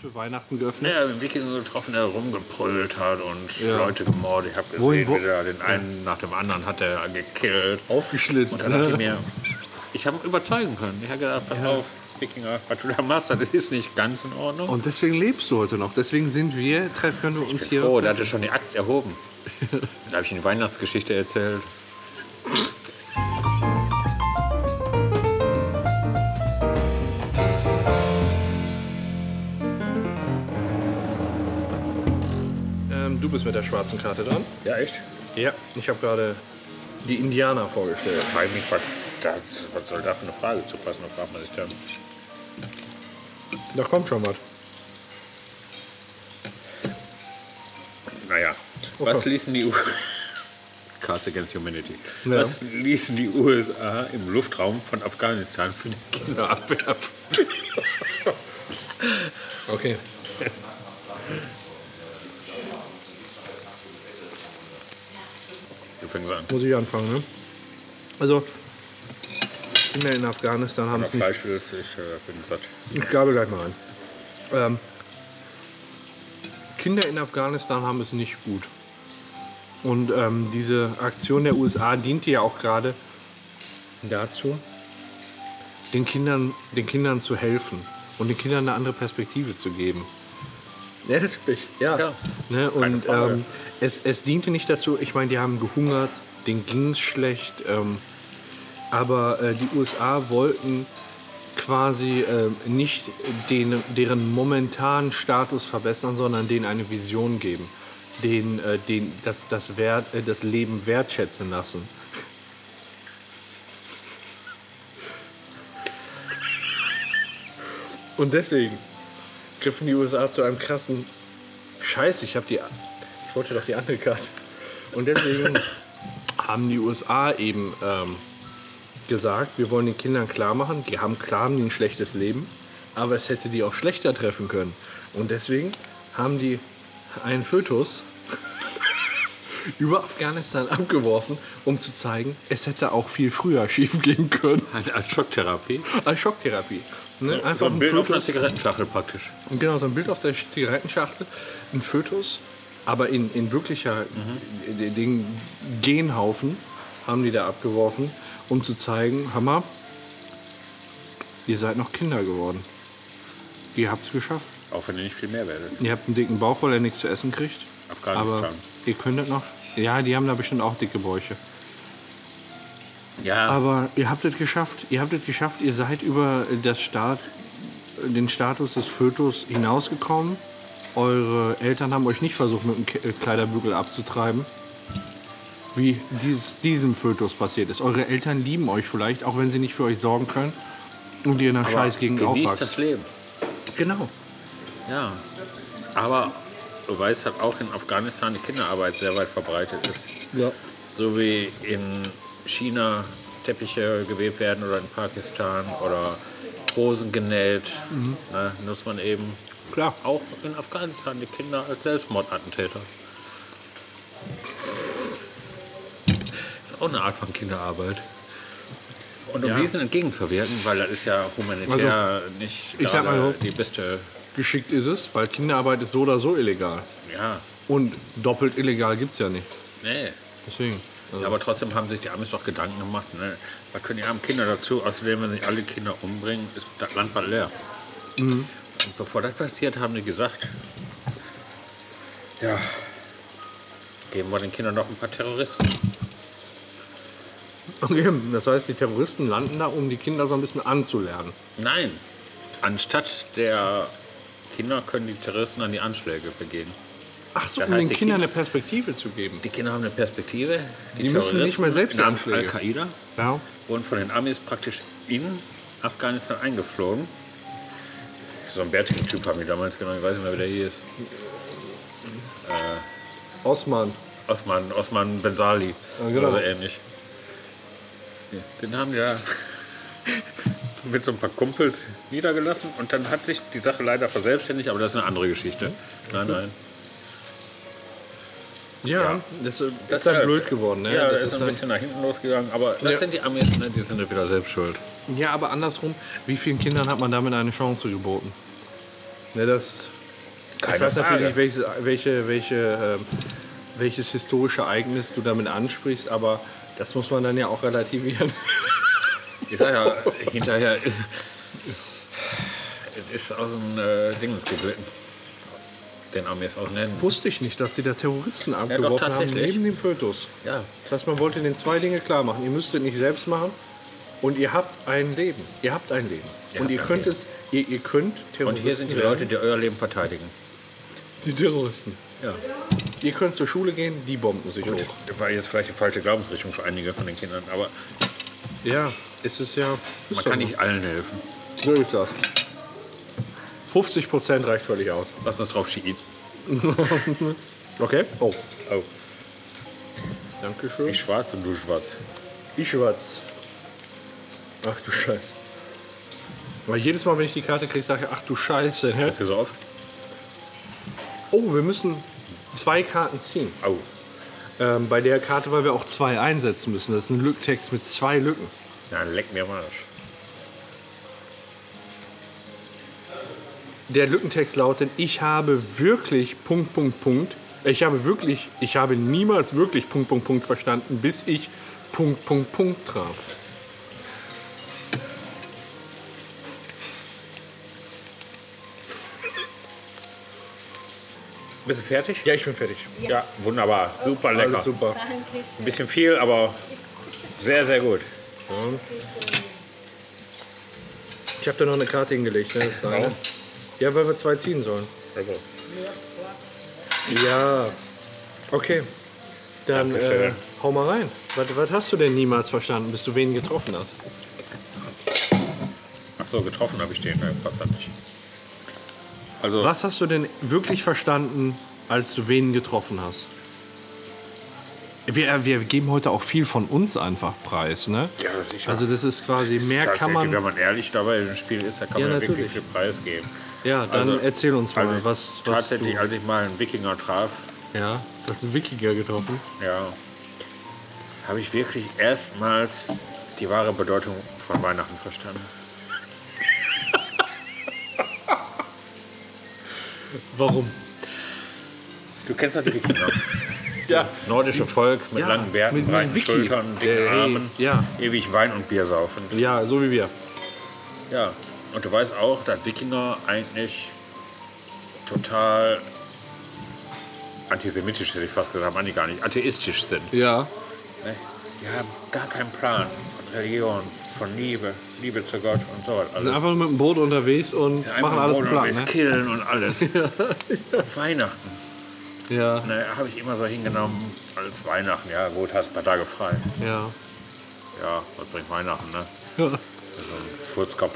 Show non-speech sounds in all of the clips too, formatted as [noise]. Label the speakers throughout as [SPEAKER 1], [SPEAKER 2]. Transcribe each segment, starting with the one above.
[SPEAKER 1] für Weihnachten geöffnet?
[SPEAKER 2] Ja, im Wikinger getroffen, der rumgeprügelt hat und
[SPEAKER 1] Ja.
[SPEAKER 2] Leute gemordet. Ich habe gesehen,
[SPEAKER 1] Wohin, wo-
[SPEAKER 2] wie der den einen nach dem anderen hat er gekillt.
[SPEAKER 1] Aufgeschlitzt. ne?
[SPEAKER 2] Und dann dachte ich mir, ich habe ihn überzeugen können. Ich habe gedacht, pass auf, Wikinger, was du da machst, das ist nicht ganz in Ordnung.
[SPEAKER 1] Und deswegen lebst du heute noch. Deswegen sind wir, treff- können wir uns hier.
[SPEAKER 2] Oh, da hatte schon die Axt
[SPEAKER 1] [laughs]
[SPEAKER 2] erhoben. Da habe ich ihm die Weihnachtsgeschichte erzählt.
[SPEAKER 1] Ähm, du bist mit der schwarzen Karte dran.
[SPEAKER 2] Ja, echt?
[SPEAKER 1] Ja. Ich habe gerade die Indianer vorgestellt.
[SPEAKER 2] Frag mich, was, da- was soll da für eine Frage zu passen? Da fragt man sich dann.
[SPEAKER 1] Da kommt schon was.
[SPEAKER 2] Naja, was ließen die U- [laughs] Cards Against Humanity.
[SPEAKER 1] Ja.
[SPEAKER 2] um Was ließen die USA im Luftraum von Afghanistan für die Kinder abwerfen?
[SPEAKER 1] Okay.
[SPEAKER 2] Wir fangen an.
[SPEAKER 1] Muss ich anfangen, ne? Also, Kinder in Afghanistan haben
[SPEAKER 2] Wenn
[SPEAKER 1] es
[SPEAKER 2] du
[SPEAKER 1] nicht.
[SPEAKER 2] Fleisch willst, ich äh, bin satt.
[SPEAKER 1] Ich grabe gleich mal ein. Ähm, Kinder in Afghanistan haben es nicht gut. Und ähm, diese Aktion der USA diente ja auch gerade dazu, den Kindern, den Kindern zu helfen und den Kindern eine andere Perspektive zu geben. Ja, natürlich. Ja.
[SPEAKER 2] Ja.
[SPEAKER 1] Ne,
[SPEAKER 2] Keine
[SPEAKER 1] und
[SPEAKER 2] Frage.
[SPEAKER 1] ähm, es, es diente nicht dazu, ich meine, die haben gehungert, denen ging es schlecht, ähm, aber äh, die USA wollten quasi äh, nicht den, deren momentanen Status verbessern, sondern denen eine Vision geben, den, äh, den das, das, Wert, äh, das Leben wertschätzen lassen. Und deswegen griffen die USA zu einem krassen Scheiße, ich habe die. Ich wollte doch die andere Karte. Und
[SPEAKER 2] [coughs]
[SPEAKER 1] deswegen haben die USA eben ähm, gesagt, wir wollen den Kindern klar machen, die haben klar haben die ein schlechtes Leben, aber es hätte die auch schlechter treffen können. Und deswegen haben die einen Fötus [laughs] über Afghanistan abgeworfen, um zu zeigen, es hätte auch viel früher [laughs] schief gehen können
[SPEAKER 2] Eine Art Schocktherapie.
[SPEAKER 1] als Schocktherapie. Ne? Einfach
[SPEAKER 2] So ein Bild auf
[SPEAKER 1] Fötus-
[SPEAKER 2] einer Zigarettenschachtel praktisch.
[SPEAKER 1] und genau, so ein Bild auf der Zigarettenschachtel, ein Fötus, aber in, in wirklicher d- den Genhaufen haben die da abgeworfen, um zu zeigen, Hammer, ihr seid noch Kinder geworden. Ihr habt's geschafft.
[SPEAKER 2] Auch wenn ihr nicht viel mehr werdet.
[SPEAKER 1] Ihr habt einen dicken Bauch, weil ihr nichts zu essen kriegt.
[SPEAKER 2] Afghanistan.
[SPEAKER 1] Aber ihr könntet noch. Ja, die haben da bestimmt auch dicke Bäuche.
[SPEAKER 2] Ja,
[SPEAKER 1] Aber ihr habt es geschafft. Ihr habt es geschafft. Ihr seid über das Staat, den Status des Fötus hinausgekommen. Eure Eltern haben euch nicht versucht, mit dem Ke- äh, Kleiderbügel abzutreiben. Wie dies diesem Fötus passiert ist. Eure Eltern lieben euch vielleicht, auch wenn sie nicht für euch sorgen können und ihr in einer Scheiß gegen
[SPEAKER 2] genießt das
[SPEAKER 1] aufwachst.
[SPEAKER 2] Leben.
[SPEAKER 1] Genau.
[SPEAKER 2] Ja. Aber du weißt halt auch in Afghanistan die Kinderarbeit sehr weit verbreitet ist.
[SPEAKER 1] Ja.
[SPEAKER 2] So wie in China Teppiche gewebt werden oder in Pakistan oder Rosen genäht,
[SPEAKER 1] Mhm.
[SPEAKER 2] ne, muss man eben
[SPEAKER 1] Klar.
[SPEAKER 2] auch in Afghanistan die Kinder als Selbstmordattentäter. Ist auch eine Art von Kinderarbeit. Und um
[SPEAKER 1] Ja. Also,
[SPEAKER 2] diesen entgegenzuwirken, weil das ist ja humanitär nicht
[SPEAKER 1] ich sag mal
[SPEAKER 2] gerade
[SPEAKER 1] so.
[SPEAKER 2] die beste,
[SPEAKER 1] Geschickt ist es, weil Kinderarbeit ist so oder so illegal.
[SPEAKER 2] ja,
[SPEAKER 1] Und doppelt illegal gibt's ja nicht.
[SPEAKER 2] nee.
[SPEAKER 1] Deswegen.
[SPEAKER 2] Ja, aber trotzdem haben sich die Amis doch Gedanken gemacht. Ne? Was können die armen Kinder dazu? Außerdem, wenn sich alle Kinder umbringen, ist das Land bald leer.
[SPEAKER 1] Mhm.
[SPEAKER 2] Und bevor das passiert, haben die gesagt, ja, geben wir den Kindern noch ein paar Terroristen.
[SPEAKER 1] Okay, das heißt, die Terroristen landen da, um die Kinder so ein bisschen anzulernen.
[SPEAKER 2] Nein, anstatt der Kinder können die Terroristen dann die Anschläge begehen.
[SPEAKER 1] Ach so,
[SPEAKER 2] Das
[SPEAKER 1] um
[SPEAKER 2] heißt,
[SPEAKER 1] den
[SPEAKER 2] die
[SPEAKER 1] Kindern eine
[SPEAKER 2] Kinder-
[SPEAKER 1] Perspektive zu geben.
[SPEAKER 2] Die Kinder haben eine Perspektive.
[SPEAKER 1] Die müssen
[SPEAKER 2] Terroristen
[SPEAKER 1] nicht mehr selbst die
[SPEAKER 2] namens
[SPEAKER 1] Anschläge.
[SPEAKER 2] Al-Qaida
[SPEAKER 1] Ja.
[SPEAKER 2] wurden von den Amis praktisch in Afghanistan eingeflogen. So ein bärtigen Typ haben die damals genommen, ich weiß nicht mehr, wie der hier ist.
[SPEAKER 1] Osman.
[SPEAKER 2] Osman, Osman Benzali
[SPEAKER 1] Ja, genau.
[SPEAKER 2] oder so ähnlich. Ja, Den haben ja [laughs] mit so ein paar Kumpels niedergelassen und dann hat sich die Sache leider verselbstständigt, aber das ist eine andere Geschichte. Nein, nein.
[SPEAKER 1] Ja, das, äh, ist dann
[SPEAKER 2] äh,
[SPEAKER 1] blöd geworden. Ne?
[SPEAKER 2] Ja,
[SPEAKER 1] Das
[SPEAKER 2] das ist
[SPEAKER 1] ist
[SPEAKER 2] ein
[SPEAKER 1] dann-
[SPEAKER 2] bisschen nach hinten losgegangen, aber das
[SPEAKER 1] Ja.
[SPEAKER 2] sind die Amis, ne, die sind ja wieder selbst schuld.
[SPEAKER 1] ja, aber andersrum, wie vielen Kindern hat man damit eine Chance geboten? Ne, das ich weiß natürlich nicht, welches, welche, welche, ähm, welches historische Ereignis du damit ansprichst, aber das muss man dann ja auch relativieren.
[SPEAKER 2] Ich sag ja, hinterher. Es ist aus dem äh, Dingens geglitten. Den Amis aus den Händen.
[SPEAKER 1] Wusste ich nicht, dass die da Terroristen
[SPEAKER 2] doch,
[SPEAKER 1] abgeworfen haben
[SPEAKER 2] tatsächlich.
[SPEAKER 1] neben dem Fötus.
[SPEAKER 2] Ja.
[SPEAKER 1] Das heißt, man wollte den zwei Dinge klar machen. Ihr müsst es nicht selbst machen und ihr habt ein Leben. Ihr habt ein Leben.
[SPEAKER 2] Ihr
[SPEAKER 1] und
[SPEAKER 2] habt
[SPEAKER 1] ihr
[SPEAKER 2] ein
[SPEAKER 1] könnt
[SPEAKER 2] Leben.
[SPEAKER 1] es, ihr, ihr könnt Terroristen
[SPEAKER 2] Und hier sind die
[SPEAKER 1] werden.
[SPEAKER 2] Leute, die euer Leben verteidigen.
[SPEAKER 1] die Terroristen.
[SPEAKER 2] Ja.
[SPEAKER 1] Ihr könnt zur Schule gehen, die bomben sich
[SPEAKER 2] Gut,
[SPEAKER 1] hoch.
[SPEAKER 2] war jetzt vielleicht eine falsche Glaubensrichtung für einige von den Kindern, aber
[SPEAKER 1] Ja, es ist ja... ist
[SPEAKER 2] man
[SPEAKER 1] doch
[SPEAKER 2] kann
[SPEAKER 1] so.
[SPEAKER 2] nicht allen helfen.
[SPEAKER 1] So ist das. 50 Prozent reicht völlig aus.
[SPEAKER 2] Lass uns drauf schieben.
[SPEAKER 1] Okay. Oh,
[SPEAKER 2] Oh,
[SPEAKER 1] Dankeschön.
[SPEAKER 2] ich schwarz und du schwarz.
[SPEAKER 1] Ich schwarz. Ach du Scheiße. Weil jedes Mal, wenn ich die Karte kriege, sage ich, ach du Scheiße. Hä?
[SPEAKER 2] Ist hier so oft?
[SPEAKER 1] Oh, wir müssen zwei Karten ziehen.
[SPEAKER 2] Oh,
[SPEAKER 1] Ähm, bei der Karte, weil wir auch zwei einsetzen müssen. Das ist ein Lücktext mit zwei Lücken.
[SPEAKER 2] na leck mir am Arsch.
[SPEAKER 1] Der Lückentext lautet, ich habe wirklich Punkt, Punkt, Punkt. Ich habe wirklich, ich habe niemals wirklich Punkt, Punkt, Punkt verstanden, bis ich Punkt, Punkt, Punkt traf.
[SPEAKER 2] Bist du fertig?
[SPEAKER 1] Ja, ich bin fertig.
[SPEAKER 2] Ja, wunderbar. Super lecker.
[SPEAKER 1] Alles super.
[SPEAKER 2] Ein bisschen viel, aber sehr, sehr gut.
[SPEAKER 1] Ich habe da noch eine Karte hingelegt. Ne? Das ist eine.
[SPEAKER 2] Warum?
[SPEAKER 1] Ja, weil wir zwei ziehen sollen.
[SPEAKER 2] Also,
[SPEAKER 1] Ja. Okay. Dann
[SPEAKER 2] Dankeschön.
[SPEAKER 1] äh, hau mal rein. Was, was hast du denn niemals verstanden, bis du wen getroffen hast?
[SPEAKER 2] ach so, getroffen habe ich den. ne? Passt halt nicht. Also,
[SPEAKER 1] Was hast du denn wirklich verstanden, als du wen getroffen hast? Wir, äh, wir geben heute auch viel von uns einfach preis, ne?
[SPEAKER 2] Ja, sicher.
[SPEAKER 1] Also das ist quasi mehr kann
[SPEAKER 2] Tatsächlich, wenn
[SPEAKER 1] man.
[SPEAKER 2] man ehrlich dabei im Spiel ist, da kann
[SPEAKER 1] Ja,
[SPEAKER 2] man ja wirklich
[SPEAKER 1] natürlich.
[SPEAKER 2] viel Preis geben.
[SPEAKER 1] Ja, dann
[SPEAKER 2] Also,
[SPEAKER 1] erzähl uns mal,
[SPEAKER 2] als ich-
[SPEAKER 1] was, was du.
[SPEAKER 2] tatsächlich, als ich mal einen Wikinger traf,
[SPEAKER 1] Ja, du hast einen Wikinger getroffen.
[SPEAKER 2] ja, habe ich wirklich erstmals die wahre Bedeutung von Weihnachten verstanden.
[SPEAKER 1] Warum?
[SPEAKER 2] Du kennst doch die [laughs] Wikinger.
[SPEAKER 1] Ja.
[SPEAKER 2] Das nordische Volk mit
[SPEAKER 1] Ja,
[SPEAKER 2] langen Bärten,
[SPEAKER 1] mit- mit
[SPEAKER 2] breiten
[SPEAKER 1] Wiki.
[SPEAKER 2] Schultern, dicken
[SPEAKER 1] Der- hey,
[SPEAKER 2] Armen,
[SPEAKER 1] ja.
[SPEAKER 2] ewig Wein und Bier saufen.
[SPEAKER 1] Ja, so wie wir.
[SPEAKER 2] Ja, und du weißt auch, dass Wikinger eigentlich total antisemitisch, hätte ich fast gesagt, meine ich gar nicht, atheistisch sind.
[SPEAKER 1] Ja.
[SPEAKER 2] Ne? Die haben gar keinen Plan von Religion, von Liebe, Liebe zu Gott und so was.
[SPEAKER 1] Sind
[SPEAKER 2] Also
[SPEAKER 1] einfach nur mit dem Boot unterwegs und machen alles
[SPEAKER 2] Morden,
[SPEAKER 1] platt, ne?
[SPEAKER 2] Killen
[SPEAKER 1] [laughs]
[SPEAKER 2] und alles. Weihnachten
[SPEAKER 1] Ja,
[SPEAKER 2] ne, habe ich immer so hingenommen als Weihnachten. Ja gut, hast ein paar Tage frei.
[SPEAKER 1] ja.
[SPEAKER 2] Ja, was bringt Weihnachten, ne?
[SPEAKER 1] ja. [laughs]
[SPEAKER 2] So ein Furzkopf.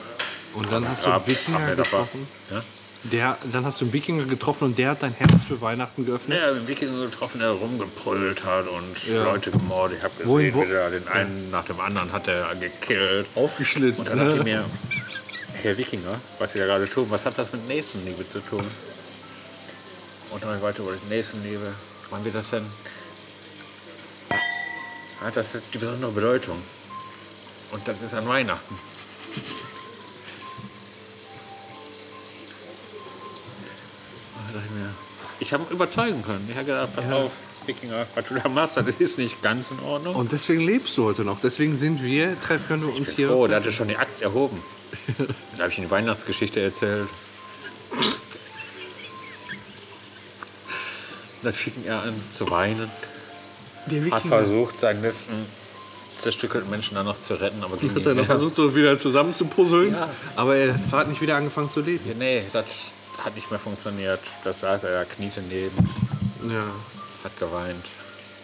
[SPEAKER 1] Und dann hast du
[SPEAKER 2] Grab,
[SPEAKER 1] einen Wikinger
[SPEAKER 2] Abwehr, Dapper.
[SPEAKER 1] getroffen.
[SPEAKER 2] Ja?
[SPEAKER 1] Der, dann hast du einen Wikinger getroffen und der hat dein Herz für Weihnachten geöffnet.
[SPEAKER 2] Ja, im Wikinger getroffen, der rumgebrüllt hat und
[SPEAKER 1] Ja.
[SPEAKER 2] Leute gemordet. Ich habe gesehen,
[SPEAKER 1] Wohin, wo-
[SPEAKER 2] wie der den einen nach dem anderen hat er gekillt.
[SPEAKER 1] Aufgeschlitzt. Ne?
[SPEAKER 2] Und dann dachte ich mir, [laughs] Herr Wikinger, was Sie da gerade tun, was hat das mit Nächstenliebe zu tun? Und dann habe ich weiter über die Nächstenliebe. Wann wird das denn? Hat das die besondere Bedeutung? Und das ist an [laughs] Weihnachten. Und da dachte ich mir, Ich habe ihn überzeugen können. Ich habe gedacht, pass auf, Wikinger, was du da machst, das ist nicht ganz in Ordnung.
[SPEAKER 1] Und deswegen lebst du heute noch. Deswegen sind wir, tre- können wir uns hier.
[SPEAKER 2] Oh, da hatte schon die Axt erhoben. [laughs] Da habe ich eine Weihnachtsgeschichte erzählt. Da fing er an zu weinen.
[SPEAKER 1] Der
[SPEAKER 2] Hat
[SPEAKER 1] Wikinger
[SPEAKER 2] versucht, seinen letzten zerstückelten Menschen dann noch zu retten, aber ging
[SPEAKER 1] hat dann noch
[SPEAKER 2] nicht mehr.
[SPEAKER 1] versucht, so wieder zusammen zu puzzeln.
[SPEAKER 2] Ja.
[SPEAKER 1] Aber er hat nicht wieder angefangen zu leben.
[SPEAKER 2] Nee, das hat nicht mehr funktioniert. Da saß er, kniete neben,
[SPEAKER 1] Ja.
[SPEAKER 2] hat geweint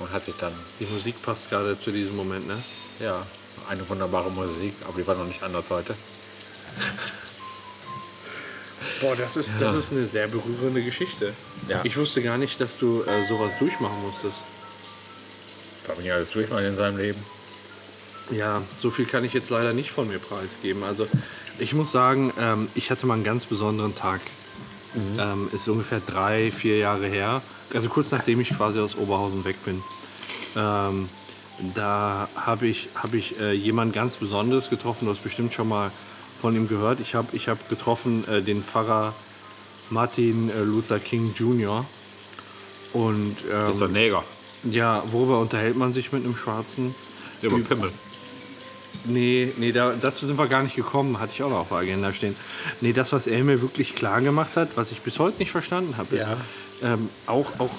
[SPEAKER 2] und hat sich dann,
[SPEAKER 1] Die Musik passt gerade zu diesem Moment, ne?
[SPEAKER 2] ja, eine wunderbare Musik, aber die war noch nicht anders heute.
[SPEAKER 1] Boah, das ist, das ist eine sehr berührende Geschichte.
[SPEAKER 2] Ja.
[SPEAKER 1] Ich wusste gar nicht, dass du äh, sowas durchmachen musstest.
[SPEAKER 2] Da bin ich alles durch mal in seinem Leben.
[SPEAKER 1] Ja, so viel kann ich jetzt leider nicht von mir preisgeben. Also ich muss sagen, ähm, ich hatte mal einen ganz besonderen Tag. Ähm, ist ungefähr drei, vier Jahre her. Also kurz nachdem ich quasi aus Oberhausen weg bin. Ähm, da habe ich, hab ich äh, jemand ganz Besonderes getroffen. Du hast bestimmt schon mal von ihm gehört. Ich habe ich hab getroffen äh, den Pfarrer Martin äh, Luther King Jr. Und ähm,
[SPEAKER 2] Ist doch Neger.
[SPEAKER 1] ja, worüber unterhält man sich mit einem Schwarzen?
[SPEAKER 2] Der war Pimmel.
[SPEAKER 1] Ähm, Nee, nee, da, dazu sind wir gar nicht gekommen, hatte ich auch noch auf der Agenda stehen. Nee, das, was er mir wirklich klar gemacht hat, was ich bis heute nicht verstanden habe, ist,
[SPEAKER 2] Ja.
[SPEAKER 1] ähm, auch, auch,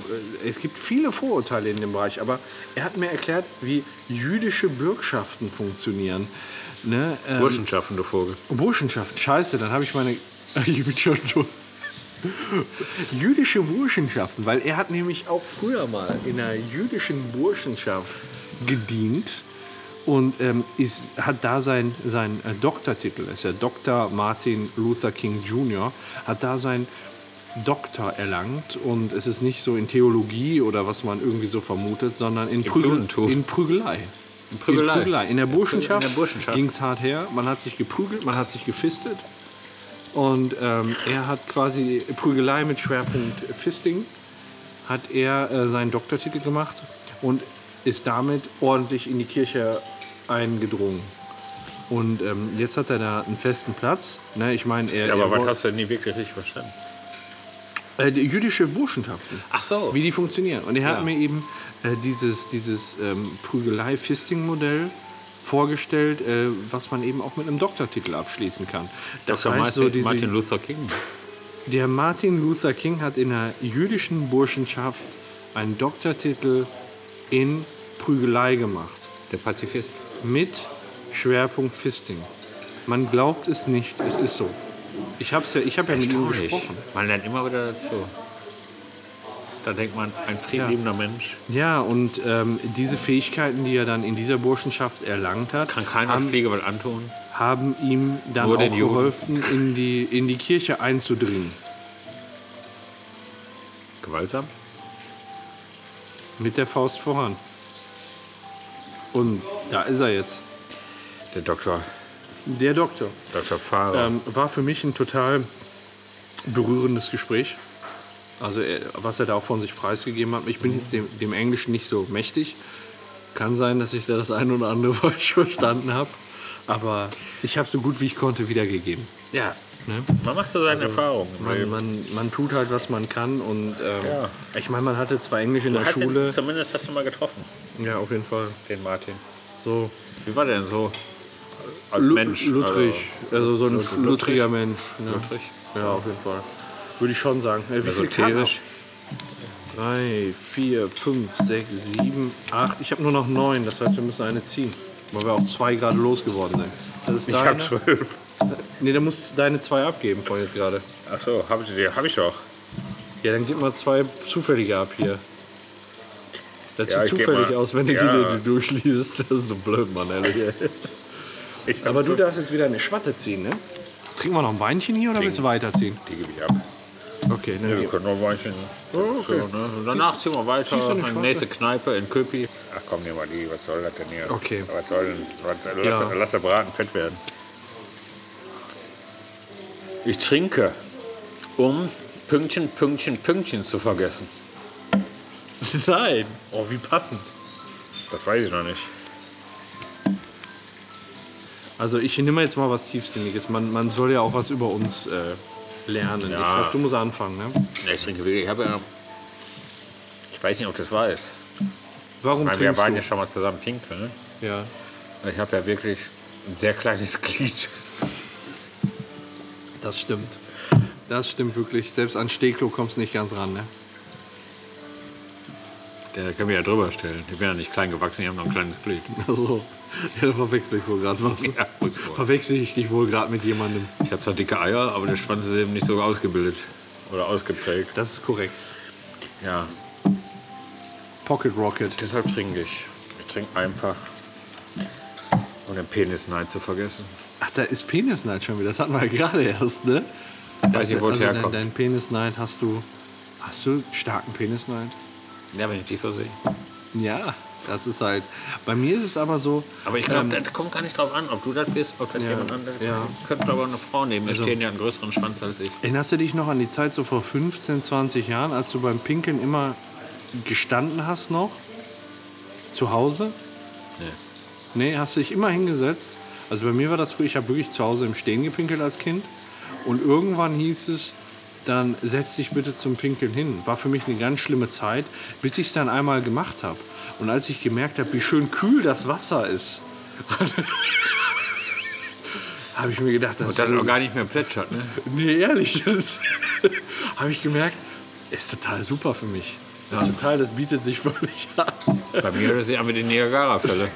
[SPEAKER 1] äh, es gibt viele Vorurteile in dem Bereich, aber er hat mir erklärt, wie jüdische Bürgschaften funktionieren. Ne? Ähm,
[SPEAKER 2] Burschenschaftende Vogel.
[SPEAKER 1] Burschenschaft, scheiße, dann habe ich meine. [laughs] Ich bin schon so. Jüdische Burschenschaften, weil er hat nämlich auch früher mal in einer jüdischen Burschenschaft gedient und ähm, ist, hat da sein, sein äh, Doktortitel, ist ja Dr. Martin Luther King Jr., hat da sein Doktor erlangt und es ist nicht so in Theologie oder was man irgendwie so vermutet, sondern in, Prügel,
[SPEAKER 2] Judentum.
[SPEAKER 1] in Prügelei.
[SPEAKER 2] In Prügelei.
[SPEAKER 1] In, Prügelei. in der Burschenschaft,
[SPEAKER 2] In der Burschenschaft.
[SPEAKER 1] ging es hart her. Man hat sich geprügelt, man hat sich gefistet. Und ähm, er hat quasi Prügelei mit Schwerpunkt Fisting, hat er äh, seinen Doktortitel gemacht und ist damit ordentlich in die Kirche eingedrungen. Und ähm, jetzt hat er da einen festen Platz. Ne, ich meine, er,
[SPEAKER 2] Ja, aber
[SPEAKER 1] er
[SPEAKER 2] was
[SPEAKER 1] wo-
[SPEAKER 2] hast du denn nie wirklich richtig verstanden?
[SPEAKER 1] äh, die jüdische Burschenschaften
[SPEAKER 2] Ach so.
[SPEAKER 1] wie die funktionieren. Und er
[SPEAKER 2] Ja.
[SPEAKER 1] hat mir eben äh, dieses, dieses ähm, Prügelei-Fisting-Modell vorgestellt, äh, was man eben auch mit einem Doktortitel abschließen kann. Das
[SPEAKER 2] Dr.
[SPEAKER 1] heißt so,
[SPEAKER 2] Martin,
[SPEAKER 1] diese,
[SPEAKER 2] Martin Luther King.
[SPEAKER 1] der Martin Luther King hat in der jüdischen Burschenschaft einen Doktortitel in Prügelei gemacht
[SPEAKER 2] Der Pazifist.
[SPEAKER 1] mit Schwerpunkt Fisting. Man glaubt es nicht, es ist so. Ich habe ja, ich hab ja mit ihm
[SPEAKER 2] Erstaunlich.
[SPEAKER 1] gesprochen.
[SPEAKER 2] Man lernt immer wieder dazu. Da denkt man, ein friedliebender Mensch
[SPEAKER 1] Ja, und ähm, diese Fähigkeiten, die er dann in dieser Burschenschaft erlangt hat,
[SPEAKER 2] kann keiner
[SPEAKER 1] haben,
[SPEAKER 2] Pflege was antun.
[SPEAKER 1] haben ihm dann
[SPEAKER 2] Nur
[SPEAKER 1] auch
[SPEAKER 2] den Juden.
[SPEAKER 1] geholfen, in die, in die Kirche einzudringen.
[SPEAKER 2] Gewaltsam?
[SPEAKER 1] Mit der Faust voran. Und da ist er jetzt.
[SPEAKER 2] Der Doktor,
[SPEAKER 1] Der Doktor.
[SPEAKER 2] Dr. Fahrer.
[SPEAKER 1] Ähm, war für mich ein total berührendes Gespräch. Also er, was er da auch von sich preisgegeben hat. Ich bin jetzt dem, dem Englischen nicht so mächtig. Kann sein, dass ich da das ein oder andere [laughs] falsch verstanden habe. Aber ich habe so gut wie ich konnte wiedergegeben.
[SPEAKER 2] ja.
[SPEAKER 1] Ne?
[SPEAKER 2] Ähm, Man macht so seine Erfahrungen. im
[SPEAKER 1] Man,
[SPEAKER 2] Leben.
[SPEAKER 1] man, man tut halt, was man kann. Und ähm,
[SPEAKER 2] Ja.
[SPEAKER 1] ich meine, man hatte zwar Englisch in
[SPEAKER 2] Du
[SPEAKER 1] der
[SPEAKER 2] hast ihn-
[SPEAKER 1] Schule.
[SPEAKER 2] Zumindest hast du mal getroffen,
[SPEAKER 1] Ja, auf jeden Fall.
[SPEAKER 2] den Martin.
[SPEAKER 1] So
[SPEAKER 2] Wie war der denn so? Als
[SPEAKER 1] Lu-
[SPEAKER 2] Mensch.
[SPEAKER 1] Luttrig. Also, so ein
[SPEAKER 2] Luttrig.
[SPEAKER 1] luttriger Mensch. Ne?
[SPEAKER 2] Luttrig.
[SPEAKER 1] Ja, auf jeden Fall. Würde ich schon sagen. Äh, Wie
[SPEAKER 2] Also, also
[SPEAKER 1] viel kam noch?
[SPEAKER 2] thesisch.
[SPEAKER 1] 3, 4, 5, 6, 7, 8. Ich habe nur noch 9, das heißt, wir müssen eine ziehen. Weil wir auch zwei gerade losgeworden sind. Das ist
[SPEAKER 2] also, Ich
[SPEAKER 1] deine.
[SPEAKER 2] hab zwölf.
[SPEAKER 1] nee, dann musst du deine zwei abgeben von jetzt gerade.
[SPEAKER 2] Achso, hab ich, die hab ich doch.
[SPEAKER 1] Ja, dann gib mal zwei zufällige ab hier. Das sieht
[SPEAKER 2] Ja, ich geb
[SPEAKER 1] zufällig
[SPEAKER 2] mal-
[SPEAKER 1] aus, wenn du
[SPEAKER 2] Ja.
[SPEAKER 1] die, die du durchliest. Das ist so blöd, Mann, ehrlich. ey.
[SPEAKER 2] Ich hab
[SPEAKER 1] Aber du
[SPEAKER 2] so-
[SPEAKER 1] darfst jetzt wieder eine Schwatte ziehen, ne? Trinken wir noch ein Weinchen hier oder willst du weiterziehen?
[SPEAKER 2] Die gebe ich ab.
[SPEAKER 1] Okay, dann
[SPEAKER 2] Wir
[SPEAKER 1] gib-
[SPEAKER 2] können noch ein Weinchen.
[SPEAKER 1] Oh, okay.
[SPEAKER 2] so, ne? Und Danach ziehen wir weiter.
[SPEAKER 1] siehst du eine
[SPEAKER 2] an die
[SPEAKER 1] Schwarze?
[SPEAKER 2] nächste Kneipe in Köpi. Ach komm, nehmen wir die. Was soll das denn hier?
[SPEAKER 1] Okay.
[SPEAKER 2] Was soll denn? Was, lass,
[SPEAKER 1] Ja.
[SPEAKER 2] lass der Braten fett werden. Ich trinke, um Pünktchen, Pünktchen, Pünktchen zu vergessen.
[SPEAKER 1] [laughs] Nein! Oh, wie passend.
[SPEAKER 2] Das weiß ich noch nicht.
[SPEAKER 1] Also ich nehme jetzt mal was Tiefsinniges. Man, man soll ja auch was über uns äh, lernen. Ich
[SPEAKER 2] Ja.
[SPEAKER 1] glaube, du musst anfangen. Ne?
[SPEAKER 2] Ja, Ich trinke wirklich. Ich habe ja. Ich weiß nicht, ob das wahr ist.
[SPEAKER 1] Warum
[SPEAKER 2] Ich meine, wir
[SPEAKER 1] trinkst
[SPEAKER 2] waren
[SPEAKER 1] du?
[SPEAKER 2] ja schon mal zusammen pinkeln. Ne?
[SPEAKER 1] Ja.
[SPEAKER 2] Ich habe ja wirklich ein sehr kleines Glied.
[SPEAKER 1] Das stimmt. Das stimmt wirklich. Selbst an Stehklo kommst du nicht ganz ran. Ne? [laughs]
[SPEAKER 2] Der können wir ja drüber stellen. Ich bin ja nicht klein gewachsen, ich habe noch ein kleines Glied.
[SPEAKER 1] Also, ja, da verwechsel ich wohl gerade was.
[SPEAKER 2] Ja, muss wohl.
[SPEAKER 1] verwechsel ich dich wohl gerade mit jemandem.
[SPEAKER 2] Ich habe zwar dicke Eier, aber der Schwanz ist eben nicht so ausgebildet oder ausgeprägt.
[SPEAKER 1] Das ist korrekt.
[SPEAKER 2] Ja,
[SPEAKER 1] Pocket Rocket.
[SPEAKER 2] deshalb trinke ich. Ich trinke einfach, um den Penis nein zu vergessen.
[SPEAKER 1] Ach, da ist Penisneid schon wieder. Das hatten wir ja gerade erst, ne?
[SPEAKER 2] Weiß nicht, wo es
[SPEAKER 1] dein,
[SPEAKER 2] herkommt.
[SPEAKER 1] dein Penisneid hast du. Hast du starken Penisneid?
[SPEAKER 2] Ja, wenn ich dich so sehe.
[SPEAKER 1] Ja, das ist halt. Bei mir ist es aber so. ähm,
[SPEAKER 2] Aber ich glaube, das kommt gar nicht drauf an, ob du das bist, ob das
[SPEAKER 1] Ja,
[SPEAKER 2] jemand anderes
[SPEAKER 1] ja.
[SPEAKER 2] Könnte aber eine Frau nehmen. Da stehen ja einen größeren Schwanz als ich.
[SPEAKER 1] Erinnerst du dich noch an die Zeit so vor 15, 20 Jahren, als du beim Pinkeln immer gestanden hast noch? Zu Hause? Nee. Nee, hast du dich immer hingesetzt? Also bei mir war das früher, ich habe wirklich zu Hause im Stehen gepinkelt als Kind. Und irgendwann hieß es, dann setz dich bitte zum Pinkeln hin. War für mich eine ganz schlimme Zeit, bis ich es dann einmal gemacht habe. Und als ich gemerkt habe, wie schön kühl das Wasser ist, [laughs] habe ich mir gedacht, das
[SPEAKER 2] Und dann auch gar nicht mehr plätschert, ne?
[SPEAKER 1] Nee, ehrlich, [laughs] das habe ich gemerkt, ist total super für mich. Das ist total, das bietet sich völlig an.
[SPEAKER 2] Bei mir hört es sich an wie die Niagara-Fälle.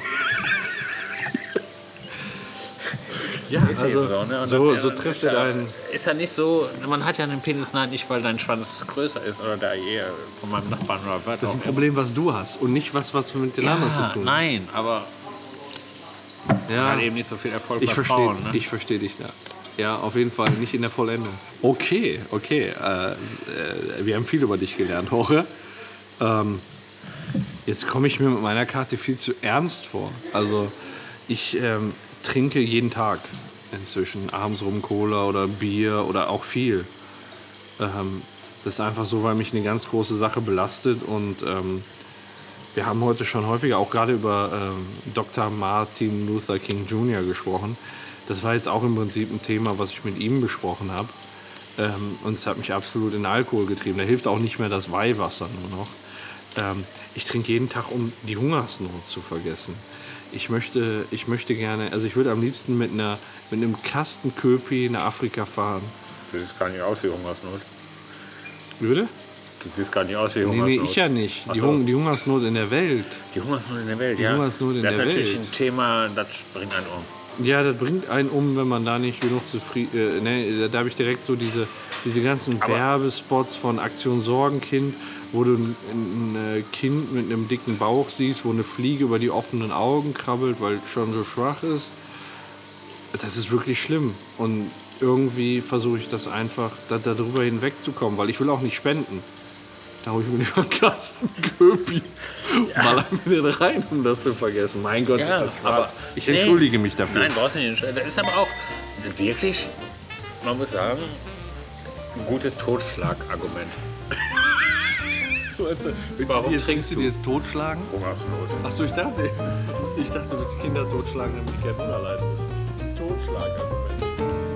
[SPEAKER 1] Ja, also so, so triffst du deinen.
[SPEAKER 2] Ist ja nicht so, man hat ja einen Penisnein nicht, weil dein Schwanz größer ist oder da eher von meinem Nachbarn oder was
[SPEAKER 1] Das
[SPEAKER 2] auch
[SPEAKER 1] ist ein Problem, was du hast und nicht was, was mit den anderen zu
[SPEAKER 2] Ja,
[SPEAKER 1] tun hat.
[SPEAKER 2] nein, aber
[SPEAKER 1] Ja,
[SPEAKER 2] hat eben nicht so viel Erfolg
[SPEAKER 1] ich
[SPEAKER 2] bei
[SPEAKER 1] verstehe
[SPEAKER 2] Frauen. Ne?
[SPEAKER 1] ich verstehe dich da. Ja, auf jeden Fall, nicht in der Vollendung. Okay, okay. Äh, äh, wir haben viel über dich gelernt, Hoche. Ähm, jetzt komme ich mir mit meiner Karte viel zu ernst vor. Also, ich ähm, trinke jeden Tag inzwischen abends rum Cola oder Bier oder auch viel. Ähm, das ist einfach so, weil mich eine ganz große Sache belastet und ähm, wir haben heute schon häufiger auch gerade über ähm, Dr. Martin Luther King Jr. gesprochen. Das war jetzt auch im Prinzip ein Thema, was ich mit ihm besprochen habe. Ähm, und es hat mich absolut in Alkohol getrieben. Da hilft auch nicht mehr das Weihwasser nur noch. Ähm, ich trinke jeden Tag, um die Hungersnot zu vergessen. Ich möchte, ich möchte gerne, also ich würde am liebsten mit, einer, mit einem Kasten Köpi nach Afrika fahren.
[SPEAKER 2] Du siehst gar nicht aus wie Hungersnot.
[SPEAKER 1] Würde?
[SPEAKER 2] Du siehst gar nicht aus wie
[SPEAKER 1] Nee,
[SPEAKER 2] Hungersnot.
[SPEAKER 1] nee, ich ja nicht. Die,
[SPEAKER 2] Ach so.
[SPEAKER 1] Hung die Hungersnot in der Welt.
[SPEAKER 2] Die Hungersnot in der Welt, ja.
[SPEAKER 1] Hungersnot in
[SPEAKER 2] das
[SPEAKER 1] der
[SPEAKER 2] ist natürlich
[SPEAKER 1] Welt.
[SPEAKER 2] ein Thema, das bringt einen um.
[SPEAKER 1] Ja, das bringt einen um, wenn man da nicht genug zufrieden. Äh, ne, da- da habe ich direkt so diese, diese ganzen Werbespots von Aktion Sorgenkind, wo du ein, ein äh, Kind mit einem dicken Bauch siehst, wo eine Fliege über die offenen Augen krabbelt, weil es schon so schwach ist. Das ist wirklich schlimm. Und irgendwie versuche ich das einfach, da, da drüber hinwegzukommen, weil ich will auch nicht spenden. Da hole ich mir [laughs] lieber einen Kasten Köpi. Mal mir den rein, um das zu vergessen. Mein Gott,
[SPEAKER 2] Ja,
[SPEAKER 1] ist das
[SPEAKER 2] aber-
[SPEAKER 1] krass. Ich entschuldige
[SPEAKER 2] Nee.
[SPEAKER 1] mich dafür.
[SPEAKER 2] Nein, brauchst du nicht. Das ist aber auch wirklich, man muss sagen, ein gutes Totschlagargument. Warum
[SPEAKER 1] Warum
[SPEAKER 2] trinkst
[SPEAKER 1] trinkst du
[SPEAKER 2] du?
[SPEAKER 1] dir jetzt totschlagen?
[SPEAKER 2] Hungersnot.
[SPEAKER 1] Achso, ich dachte, [laughs] ich dachte, du willst die Kinder totschlagen, damit die kein Hungerleid ist. Totschlagen.